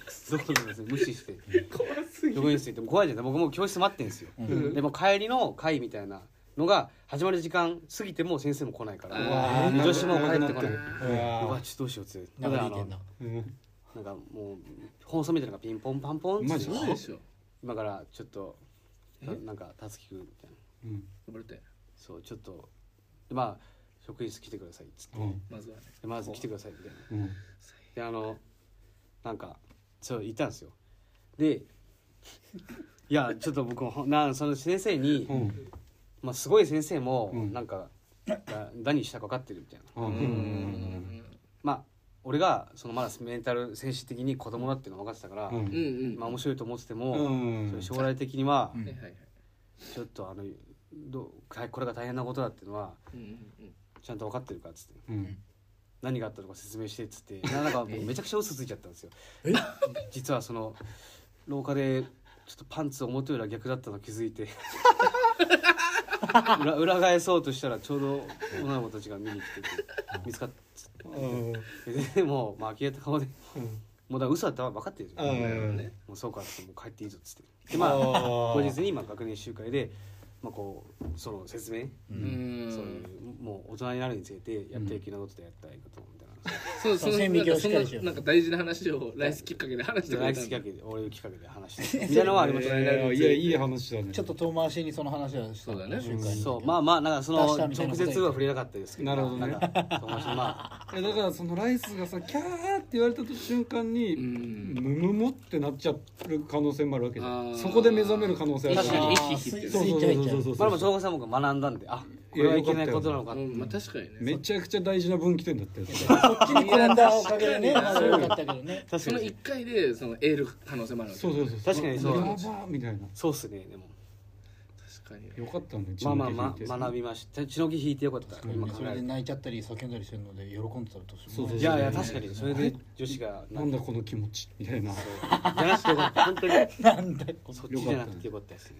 Speaker 4: つって無視して
Speaker 1: 怖すぎる
Speaker 4: 職員室行っても怖いじゃん僕もう教室待ってんですよ
Speaker 2: うん
Speaker 1: うん
Speaker 4: でも帰りの会みたいなのが始まる時間過ぎてもう先生も来ないから
Speaker 1: う
Speaker 4: う
Speaker 1: わ
Speaker 4: わ
Speaker 3: ー
Speaker 4: 女子も帰ってこないう
Speaker 3: わ
Speaker 4: ちょっとどうしようっつって
Speaker 2: 流
Speaker 4: だ
Speaker 2: れ
Speaker 4: から
Speaker 2: て
Speaker 4: あ
Speaker 2: いけ
Speaker 4: の
Speaker 2: んな
Speaker 3: うん
Speaker 4: なんかもう放送みたいなのがピンポンパンポンっ
Speaker 3: マ
Speaker 4: つ
Speaker 3: ジ
Speaker 4: って
Speaker 1: そうでしょ
Speaker 4: 今からちょっとな
Speaker 1: え
Speaker 4: なんかたつきくんみたいな
Speaker 3: うん
Speaker 1: 呼ばれて
Speaker 4: そうちょっとでまあ職員室来てくださいっつって
Speaker 3: うん
Speaker 1: まずはね
Speaker 4: でまず来てくださいみたいな
Speaker 3: うん
Speaker 4: であのなんかそう言ったんですよでいやちょっと僕もほんなその先生に、
Speaker 3: うん
Speaker 4: まあ、すごい先生も
Speaker 3: うん
Speaker 4: なんか、な何したか分かってるみたいな
Speaker 3: うん
Speaker 1: う
Speaker 3: うん
Speaker 1: ん
Speaker 4: まあ俺がそのまだメンタル精神的に子供だっていうの分かってたから、
Speaker 3: う
Speaker 1: うん
Speaker 3: ん
Speaker 1: うん
Speaker 4: まあ、面白いと思ってて
Speaker 3: う
Speaker 4: も、
Speaker 3: ん
Speaker 4: それ将来的には
Speaker 2: う
Speaker 1: はい
Speaker 2: ん
Speaker 1: はいはい
Speaker 4: ちょっとあのどうはいこれが大変なことだっていうのは
Speaker 1: うんうん
Speaker 4: ちゃんと分かってるからっつって
Speaker 3: うん
Speaker 4: 何があったのか説明してっつってななんか 僕めちゃくちゃ嘘ついちゃったんですよ
Speaker 2: え
Speaker 4: 実はその廊下でちょっとパンツ表裏逆だったの気づいて 裏裏返そうとしたらちょうど女の子たちが見に来てて見つかっ
Speaker 3: うん
Speaker 4: てで もう、まあ、呆れた顔で
Speaker 3: うん
Speaker 4: もうだから嘘だったら分かってるじゃん
Speaker 3: うん
Speaker 1: なるほどね
Speaker 4: もうそうかっつってもう帰っていいぞっつってでまあ
Speaker 3: あ
Speaker 4: 後
Speaker 3: ー
Speaker 4: 日にまあ学年集会で、まあ、こうその説明、
Speaker 2: う
Speaker 1: うんん
Speaker 4: そういうもう大人になるにつれてやっていけないことでやったらいいことみたいな、
Speaker 1: そう
Speaker 2: そう
Speaker 1: その
Speaker 2: 線
Speaker 1: な
Speaker 2: 引
Speaker 1: ん
Speaker 2: きを
Speaker 1: か
Speaker 2: し
Speaker 1: そ
Speaker 2: っ
Speaker 1: ん
Speaker 2: か
Speaker 1: な
Speaker 2: りしよう
Speaker 1: なんか大事な話をライスきっかけで話してく
Speaker 4: ラ
Speaker 1: れ
Speaker 4: イ
Speaker 1: た
Speaker 4: ス
Speaker 1: ん
Speaker 4: き
Speaker 1: だ
Speaker 4: っかけで俺をきっかけで話してみたいなのはありましたね、
Speaker 3: えーいやいい話だね
Speaker 2: ちょっと遠回しにその話はした
Speaker 1: そうだね
Speaker 2: 集会に
Speaker 4: そうまあまあなんかその
Speaker 2: 出した
Speaker 4: 直
Speaker 2: みたいなこと
Speaker 4: 接は触れなかったですけど
Speaker 3: なるほどね
Speaker 4: なんか友達にま
Speaker 3: えだからそのライスがさキャーって言われた瞬間に、
Speaker 1: うん
Speaker 3: ムムモってなっちゃう可能性もあるわけじゃ
Speaker 1: あ
Speaker 3: ん
Speaker 1: ー
Speaker 3: そこで目覚める可能性ある
Speaker 4: 確かに
Speaker 2: あー
Speaker 1: 息
Speaker 2: スイ
Speaker 1: 息
Speaker 2: ッ
Speaker 1: っ
Speaker 2: チ
Speaker 3: そうそ
Speaker 2: 入
Speaker 3: う
Speaker 2: っちゃう入っちゃ
Speaker 3: そううそう
Speaker 4: あま
Speaker 3: そう
Speaker 4: あでもそ
Speaker 3: そう
Speaker 4: のさん僕学んだんであこれはいけないことなのか
Speaker 1: う
Speaker 4: って
Speaker 1: んまあ確かにね
Speaker 3: めちゃくちゃ大事な分岐点だったよ
Speaker 2: こっちに転んだおかげでね、まあ、よかったけどね。
Speaker 4: 確
Speaker 1: その1回でその得る可能性もあるわけ
Speaker 3: そうそうそう
Speaker 4: 確かにそう
Speaker 3: やばーみたいな
Speaker 4: そうっすねでも
Speaker 1: 確かに
Speaker 3: よかったね
Speaker 4: まあまあ、ま
Speaker 3: 地の景色見て
Speaker 4: あ、学びました血の気引いてよかった今考
Speaker 2: それ
Speaker 4: え
Speaker 2: で
Speaker 4: ると
Speaker 2: 泣いちゃったり叫んだりしてるので喜んでたらどうしよう
Speaker 3: そうそう
Speaker 4: いやいや確かにそれで女子が
Speaker 3: なんだこの気持ちみたいな
Speaker 4: そうじゃなくてよかった本当に
Speaker 2: なんだこ
Speaker 4: そっちじゃなくてよかったですね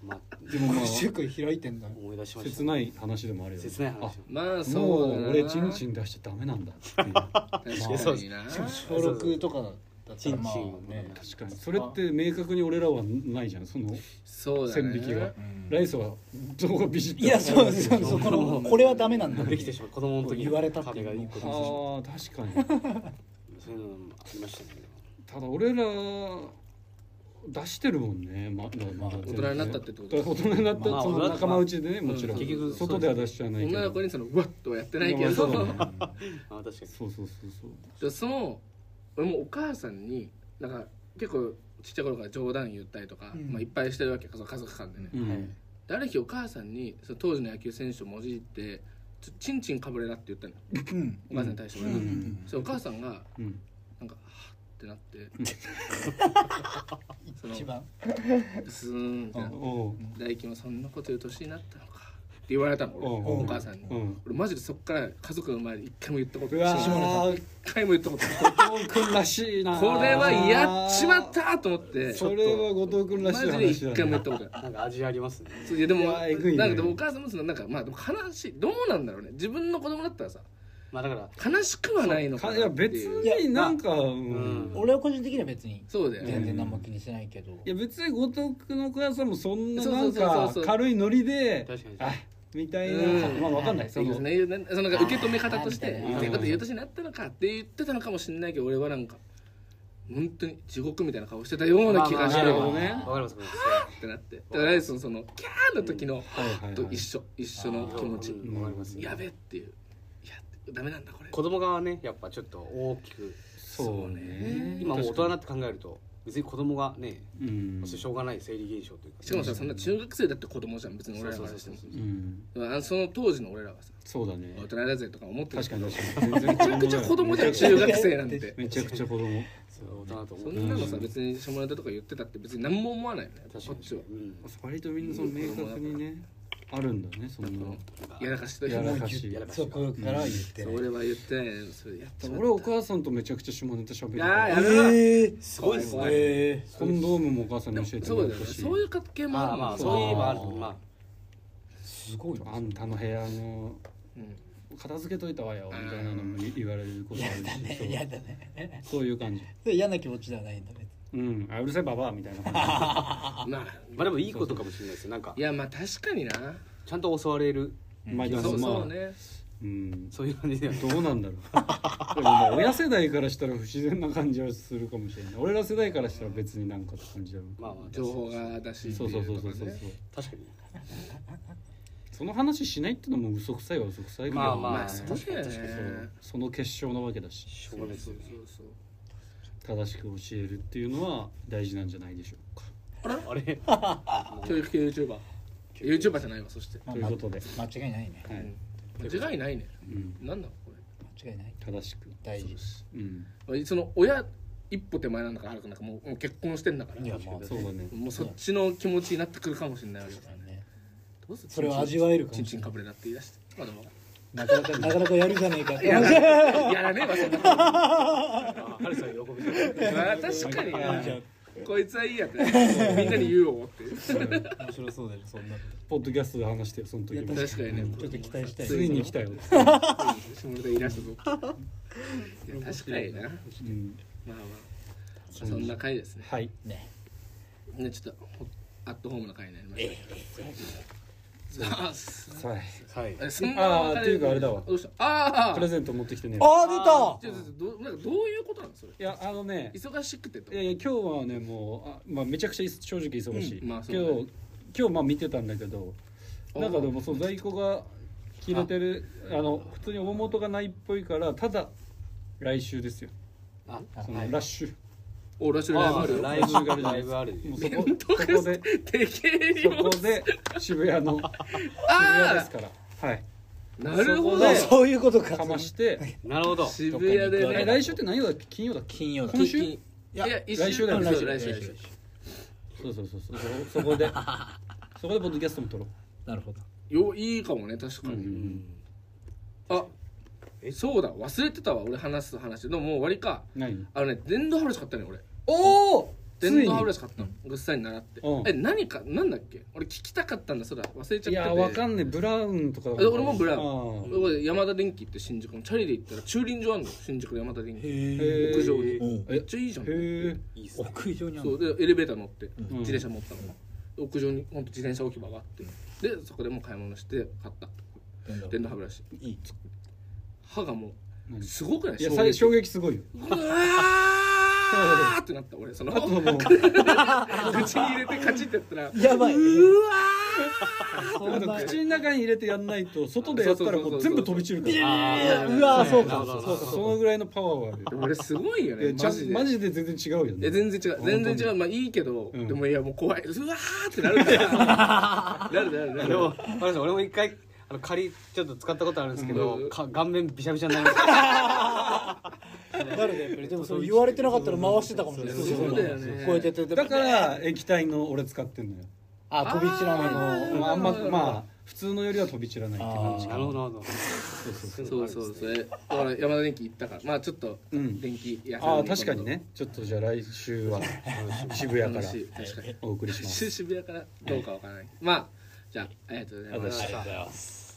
Speaker 4: まあ
Speaker 3: でもま
Speaker 2: の
Speaker 3: あ
Speaker 2: 集会開いてんだ
Speaker 4: 思い出しました
Speaker 3: 切ない話でもあるよね
Speaker 4: 切ない話
Speaker 1: まあ
Speaker 3: あも
Speaker 1: そうだ
Speaker 3: う
Speaker 1: な
Speaker 3: 俺チンチン出しちゃダメなんだっていう
Speaker 1: 確かにな
Speaker 2: 小6とかだった
Speaker 4: チ
Speaker 2: ら
Speaker 4: ン
Speaker 2: まあ
Speaker 4: チン
Speaker 2: ね
Speaker 3: 確かにそれって明確に俺らはないじゃんその
Speaker 1: そうだね
Speaker 3: 線引きが、
Speaker 2: うん
Speaker 3: ライスはどこがビシッと
Speaker 2: いやそうそうそうこのこれはダメなんだ
Speaker 4: できてしまう子供の時
Speaker 2: 言われたっていう
Speaker 4: 壁が一個できてしまう
Speaker 3: あー確かに
Speaker 4: そういうのもありましたね
Speaker 3: ただ俺ら出してるもんね、まま
Speaker 2: まあ
Speaker 3: 大
Speaker 1: 大人になったってってこと
Speaker 3: 大人になった、
Speaker 4: まあ
Speaker 3: その仲間内でねもちろん、
Speaker 1: うん
Speaker 4: 結局
Speaker 3: 外では出しちゃないけど
Speaker 1: 女の子にその「うわっ!」とはやってないけ
Speaker 3: まあ
Speaker 1: ど、
Speaker 3: そうだね
Speaker 4: あ確か
Speaker 3: そう
Speaker 4: に
Speaker 3: そうそうそう
Speaker 1: でその俺もお母さんになんか結構ちっちゃい頃から冗談言ったりとか、
Speaker 2: うん
Speaker 1: まあ、いっぱいしてるわけその家族間でね、
Speaker 3: うん、
Speaker 4: はい
Speaker 1: である日お母さんにその当時の野球選手をもじって「ちょチンチンかぶれな」って言ったのよ
Speaker 2: うん
Speaker 1: お母さんに対して
Speaker 2: う
Speaker 1: 俺が、
Speaker 2: ん
Speaker 1: それお母さんが
Speaker 3: うん
Speaker 1: なんか「はっ」ってなってその
Speaker 2: 一番
Speaker 1: スーンってなって
Speaker 3: おう
Speaker 1: 「大輝もそんなこと言う年になったのか」って言われたの俺
Speaker 3: うん
Speaker 1: お母さんに、
Speaker 3: うん
Speaker 1: 俺マジでそっから家族の前で一回も言ったこと
Speaker 3: う
Speaker 1: ない
Speaker 3: わ
Speaker 1: 一
Speaker 3: ー
Speaker 1: 回も言ったことない
Speaker 3: 後藤君らしいな
Speaker 1: これはやっちまったと思って
Speaker 3: それは後藤君らしい
Speaker 1: マジで一
Speaker 3: 話
Speaker 1: 回
Speaker 3: だ
Speaker 1: も言ったこ
Speaker 3: ね
Speaker 1: とない
Speaker 4: なんか味ありますね
Speaker 1: いやでも
Speaker 3: いやえぐいね
Speaker 1: なんかでもお母さんもそのなんかまあでも悲しいどうなんだろうね自分の子供だったらさ
Speaker 4: まあだから
Speaker 1: 悲しくはないのか
Speaker 3: か
Speaker 1: ない
Speaker 3: や別
Speaker 1: に
Speaker 3: になんかうんん
Speaker 2: 俺は個人的には別に
Speaker 1: そうだよ
Speaker 2: 全
Speaker 1: ね
Speaker 2: 然何も気にしてないけど
Speaker 3: いや別に後藤君の母さんもそんななん
Speaker 1: そうそう
Speaker 3: か
Speaker 1: そうそう
Speaker 3: 軽いノリで
Speaker 4: 確かに
Speaker 3: あみたいな
Speaker 1: うん
Speaker 3: まあわかんない
Speaker 1: そ
Speaker 3: そう
Speaker 1: で
Speaker 3: の
Speaker 1: すねなんそのなんか受け止め方として
Speaker 2: あー
Speaker 1: 言ってること言う年になったのかって言ってたのかもしれないけど俺はなんか本当に地獄みたいな顔してたような気がして
Speaker 3: まあ
Speaker 1: る
Speaker 3: まあまあ
Speaker 1: っ
Speaker 3: ね
Speaker 4: わかりますわか
Speaker 1: てなってだからそのそのキャーの時の
Speaker 3: はいはい
Speaker 1: と
Speaker 3: はい
Speaker 1: 一緒一緒
Speaker 4: り
Speaker 1: の
Speaker 4: ます
Speaker 1: 気持ち
Speaker 4: うんわかります
Speaker 1: やべっていういやダメなんだこれ
Speaker 4: 子供側はねやっぱちょっと大きく
Speaker 3: そうね
Speaker 4: 今もう大人に
Speaker 3: な
Speaker 4: なって考えると別に子供がね
Speaker 3: うん
Speaker 4: しょうがない生理現象というか
Speaker 1: しかもさそんな中学生だって子供じゃん別に俺らからしても
Speaker 4: そうそうそう
Speaker 3: うん
Speaker 1: でもあのその当時の俺らはさ
Speaker 3: そうだね
Speaker 1: 大人だぜとか思ってる
Speaker 3: 確
Speaker 1: け
Speaker 3: か
Speaker 1: ど
Speaker 3: に確かにめ
Speaker 1: めちゃくちゃ子供じゃん中学生なんて
Speaker 3: めちゃくちゃ子供
Speaker 4: そう大人だと思
Speaker 1: そ
Speaker 4: うん
Speaker 1: なのさ別に下ネタとか言ってたって別に何も思わないよねこ
Speaker 4: 確かに
Speaker 1: っちは
Speaker 4: うん
Speaker 3: 割とみんなその明確にねあるんだねそんな
Speaker 1: やらかしとい
Speaker 3: や
Speaker 1: て
Speaker 3: ら
Speaker 1: も
Speaker 3: かしい
Speaker 4: やらかし
Speaker 2: そこからは言ってない
Speaker 1: 俺は言ってないのにそれやっちまった
Speaker 3: 俺お母さんとめちゃくちゃ下ネタ喋る
Speaker 1: あーや
Speaker 3: から
Speaker 1: るわ
Speaker 2: えー
Speaker 4: すごいです
Speaker 1: 怖
Speaker 4: ね
Speaker 2: え
Speaker 3: コンドームもお母さん
Speaker 1: で
Speaker 3: に
Speaker 1: も
Speaker 3: 教えて
Speaker 1: そ
Speaker 3: も
Speaker 1: う
Speaker 3: ら
Speaker 1: だ
Speaker 3: っ
Speaker 1: よね
Speaker 3: たし
Speaker 1: そういう関係も
Speaker 4: ま
Speaker 1: あ
Speaker 4: あ
Speaker 1: る
Speaker 4: まあ
Speaker 1: そう
Speaker 4: そういえばあるまあ
Speaker 2: ーすごいな
Speaker 3: あんたの部屋の
Speaker 1: うん
Speaker 3: 片付けといたわよみたいなのも言われることあるし
Speaker 2: 嫌だね
Speaker 3: そうそういう感じ
Speaker 2: それ嫌な気持ちではないんだ別に
Speaker 3: うんあうるせえばばあみたいな感
Speaker 1: まあ
Speaker 4: まあでもいいことかもしれないですよなんか
Speaker 1: いやまあ確かにな
Speaker 4: ちゃんと襲われる
Speaker 3: じまあ
Speaker 1: そ
Speaker 3: そう
Speaker 1: う
Speaker 3: ま
Speaker 1: そ
Speaker 3: あ
Speaker 1: うね
Speaker 3: うん
Speaker 4: そういう感じでは
Speaker 3: どうなんだろうでもまあ親世代からしたら不自然な感じはするかもしれない俺ら世代からしたら別になんかって感じだろう
Speaker 4: まあまあ
Speaker 1: 情報が出し
Speaker 3: そうそうそうそう
Speaker 1: って
Speaker 3: そ
Speaker 1: いうと
Speaker 3: そう
Speaker 1: かね
Speaker 4: 確かに
Speaker 3: その話しないってのも嘘くさいは嘘くさいけど
Speaker 4: まあまあ
Speaker 1: まあそうだよ
Speaker 4: 確かに
Speaker 1: ね
Speaker 3: その結晶なわけだし
Speaker 4: しょ
Speaker 1: そうう
Speaker 4: が
Speaker 1: そう
Speaker 4: ないです
Speaker 1: そう
Speaker 4: よね
Speaker 1: そう
Speaker 3: 正しく教えるっていうのは大事なんじゃないでしょうか
Speaker 4: あれ
Speaker 1: 教育系 YouTuberYouTuber じゃないわそして
Speaker 2: まあ
Speaker 3: ということで、
Speaker 2: 間違いないね
Speaker 3: はい
Speaker 1: 間違いないね
Speaker 3: うん、
Speaker 1: なんだこれ
Speaker 2: 間違いない
Speaker 3: 正しく、
Speaker 2: 大事
Speaker 3: うん、
Speaker 1: その親一歩手前なんだからはるくんなんかもうもう結婚してんだから
Speaker 2: いやまあ
Speaker 3: そうだね
Speaker 1: もうそっちの気持ちになってくるかもしれないわけだからね
Speaker 2: ね
Speaker 1: どうする
Speaker 2: それを味わえるかも
Speaker 1: チンチンかぶれだって言い出してまあでも
Speaker 2: なかなかなかなかやるじゃねえかって話
Speaker 1: やらねえわそんなこと
Speaker 4: あハルさん喜び そう
Speaker 1: まあ確かに
Speaker 2: あるじゃん
Speaker 1: なこいつはいいやってみんなに言おう っていう
Speaker 2: 面白そうだよそんな
Speaker 3: ポッドキャストで話してよその時も
Speaker 2: いや
Speaker 1: 確かにね
Speaker 2: ちょっと期待したい
Speaker 3: ついに来たよ、
Speaker 1: 下ネタ言い出したぞいや確かになまあま
Speaker 3: うん、
Speaker 1: あそんな回ですね
Speaker 3: はい
Speaker 2: ね
Speaker 1: ねちょっとほアットホームな回になりましたけどさあす
Speaker 3: さあ
Speaker 4: はい
Speaker 1: えそん
Speaker 3: あーっていうかあれだわ
Speaker 1: どうしたああ
Speaker 3: プレゼント持ってきてね
Speaker 2: あ
Speaker 1: ちょちょちょどうなんかどういうことなのそれ
Speaker 3: いやあのね
Speaker 1: 忙しくてと
Speaker 3: いやいや今日はねもうあ、まあ、めちゃくちゃ正直忙しい、
Speaker 1: うんまあそうだね
Speaker 3: 今日今日まあ見てたんだけど
Speaker 1: あ
Speaker 3: なんかでもその在庫が切れてるあの普通に大元がないっぽいからただ来週ですよ
Speaker 4: あ
Speaker 3: その
Speaker 2: はい
Speaker 3: ラッシュ、
Speaker 1: おラッシュライブあるよ
Speaker 4: ライブがライブある
Speaker 3: もうそ
Speaker 1: 面倒
Speaker 3: こ
Speaker 1: くさ
Speaker 3: そ
Speaker 1: い
Speaker 3: こで
Speaker 1: でけえ
Speaker 3: そ
Speaker 1: よ
Speaker 3: こで渋谷の渋谷で
Speaker 1: あ
Speaker 3: すからはい
Speaker 1: あなるほど
Speaker 2: あ
Speaker 3: ね
Speaker 2: そういうことか
Speaker 3: かまして
Speaker 4: なるほど
Speaker 1: 渋谷で
Speaker 2: どっかに行くわ
Speaker 1: ね
Speaker 2: け
Speaker 3: え来週って何曜だっけ金曜だっけ
Speaker 2: 金曜だ
Speaker 3: 今週
Speaker 1: いや
Speaker 2: いや
Speaker 1: 一
Speaker 3: 来週だよ
Speaker 1: そう
Speaker 2: 来
Speaker 1: 来
Speaker 2: 週
Speaker 1: 週
Speaker 2: 来週
Speaker 3: そうそうそうそうそ こでそこでポッドキャストも撮ろ
Speaker 2: なるほど
Speaker 1: よいいかもね確か
Speaker 3: う、
Speaker 1: に、
Speaker 4: うん
Speaker 1: あ
Speaker 4: え
Speaker 1: そうだ忘れてたわ俺話す話でももう終わりか
Speaker 3: 何
Speaker 1: あのね電動歯ブラシ買ったね俺
Speaker 2: おお
Speaker 3: ついに
Speaker 1: 電動歯ブラシ買ったのぐっさり習って、
Speaker 3: うん
Speaker 1: え何かなんだっけ俺聞きたかったんだそれ忘れちゃってて
Speaker 3: い
Speaker 1: い
Speaker 3: やわか
Speaker 1: ん
Speaker 3: んねえブラウンとか
Speaker 1: え俺もブラウン
Speaker 3: ン
Speaker 1: 山田電機って新宿のチャリで行ったら駐輪場あんの新宿の山田電機
Speaker 2: へ
Speaker 3: え
Speaker 1: 屋上に
Speaker 2: えうん
Speaker 1: めっちゃいいじゃん
Speaker 3: へえ
Speaker 4: いいっすね
Speaker 2: 屋上にあ
Speaker 1: そ
Speaker 2: るの
Speaker 1: うでエレベーター乗って
Speaker 2: うん
Speaker 1: 自転車持ったの、屋上に本当自転車置き場があってでそこでもう買い物して買った
Speaker 2: なんだろう
Speaker 1: 電動歯ブラシ
Speaker 2: いい
Speaker 1: 歯がも
Speaker 3: 何
Speaker 1: うすごくない
Speaker 3: いや最衝撃すごいよ
Speaker 1: うわーってなった俺その
Speaker 3: あともう
Speaker 1: 口に入れてカチってやったら
Speaker 2: やばいう
Speaker 1: わ
Speaker 3: あの口の中に入れてやんないと外でやったらもう全部飛び散るから
Speaker 4: あ
Speaker 2: いや
Speaker 4: ー
Speaker 2: うわーそう
Speaker 4: な
Speaker 2: か
Speaker 4: るほど
Speaker 2: そうか
Speaker 3: そのぐらいのパワーはある
Speaker 1: ー俺すごいよ
Speaker 3: いや
Speaker 1: ね
Speaker 3: ちゃ
Speaker 1: マ
Speaker 3: ん
Speaker 1: ジで
Speaker 3: マジで全然違うよ
Speaker 1: いや
Speaker 3: ね
Speaker 1: 全然違う全然違うまあいいけど、
Speaker 3: うん
Speaker 1: でもいやもう怖いうわーってなるから なるなるな
Speaker 4: で
Speaker 1: る
Speaker 4: も、あれです俺も一回、あの、仮、ちょっと使ったことあるんですけど、
Speaker 1: うん
Speaker 4: か顔面びしゃびしゃになり ました。
Speaker 2: なるねやっぱりでもそれ言われてなかったら回してたかもしれない
Speaker 1: そうだよね
Speaker 2: こうやってやってて
Speaker 3: だから液体の俺使ってんのよ
Speaker 2: あ飛び散らない
Speaker 1: あー
Speaker 2: の
Speaker 3: まああんま
Speaker 1: なるほど
Speaker 3: まあ普通のよりは飛び散らないって感じ
Speaker 4: なるほど、なるほど。
Speaker 3: そうそうそう
Speaker 1: そうそうそれだから山田電機行ったからまあちょっと
Speaker 3: うん
Speaker 1: 電気屋
Speaker 3: あ
Speaker 1: さん
Speaker 3: あ確か にねちょっとじゃあ来週は渋谷
Speaker 1: 楽
Speaker 3: から
Speaker 1: しい確かに
Speaker 3: お送りします
Speaker 1: 渋谷からどうかわからないまあじゃあありがとうございました
Speaker 3: ありがとうございました
Speaker 2: ありがとうございます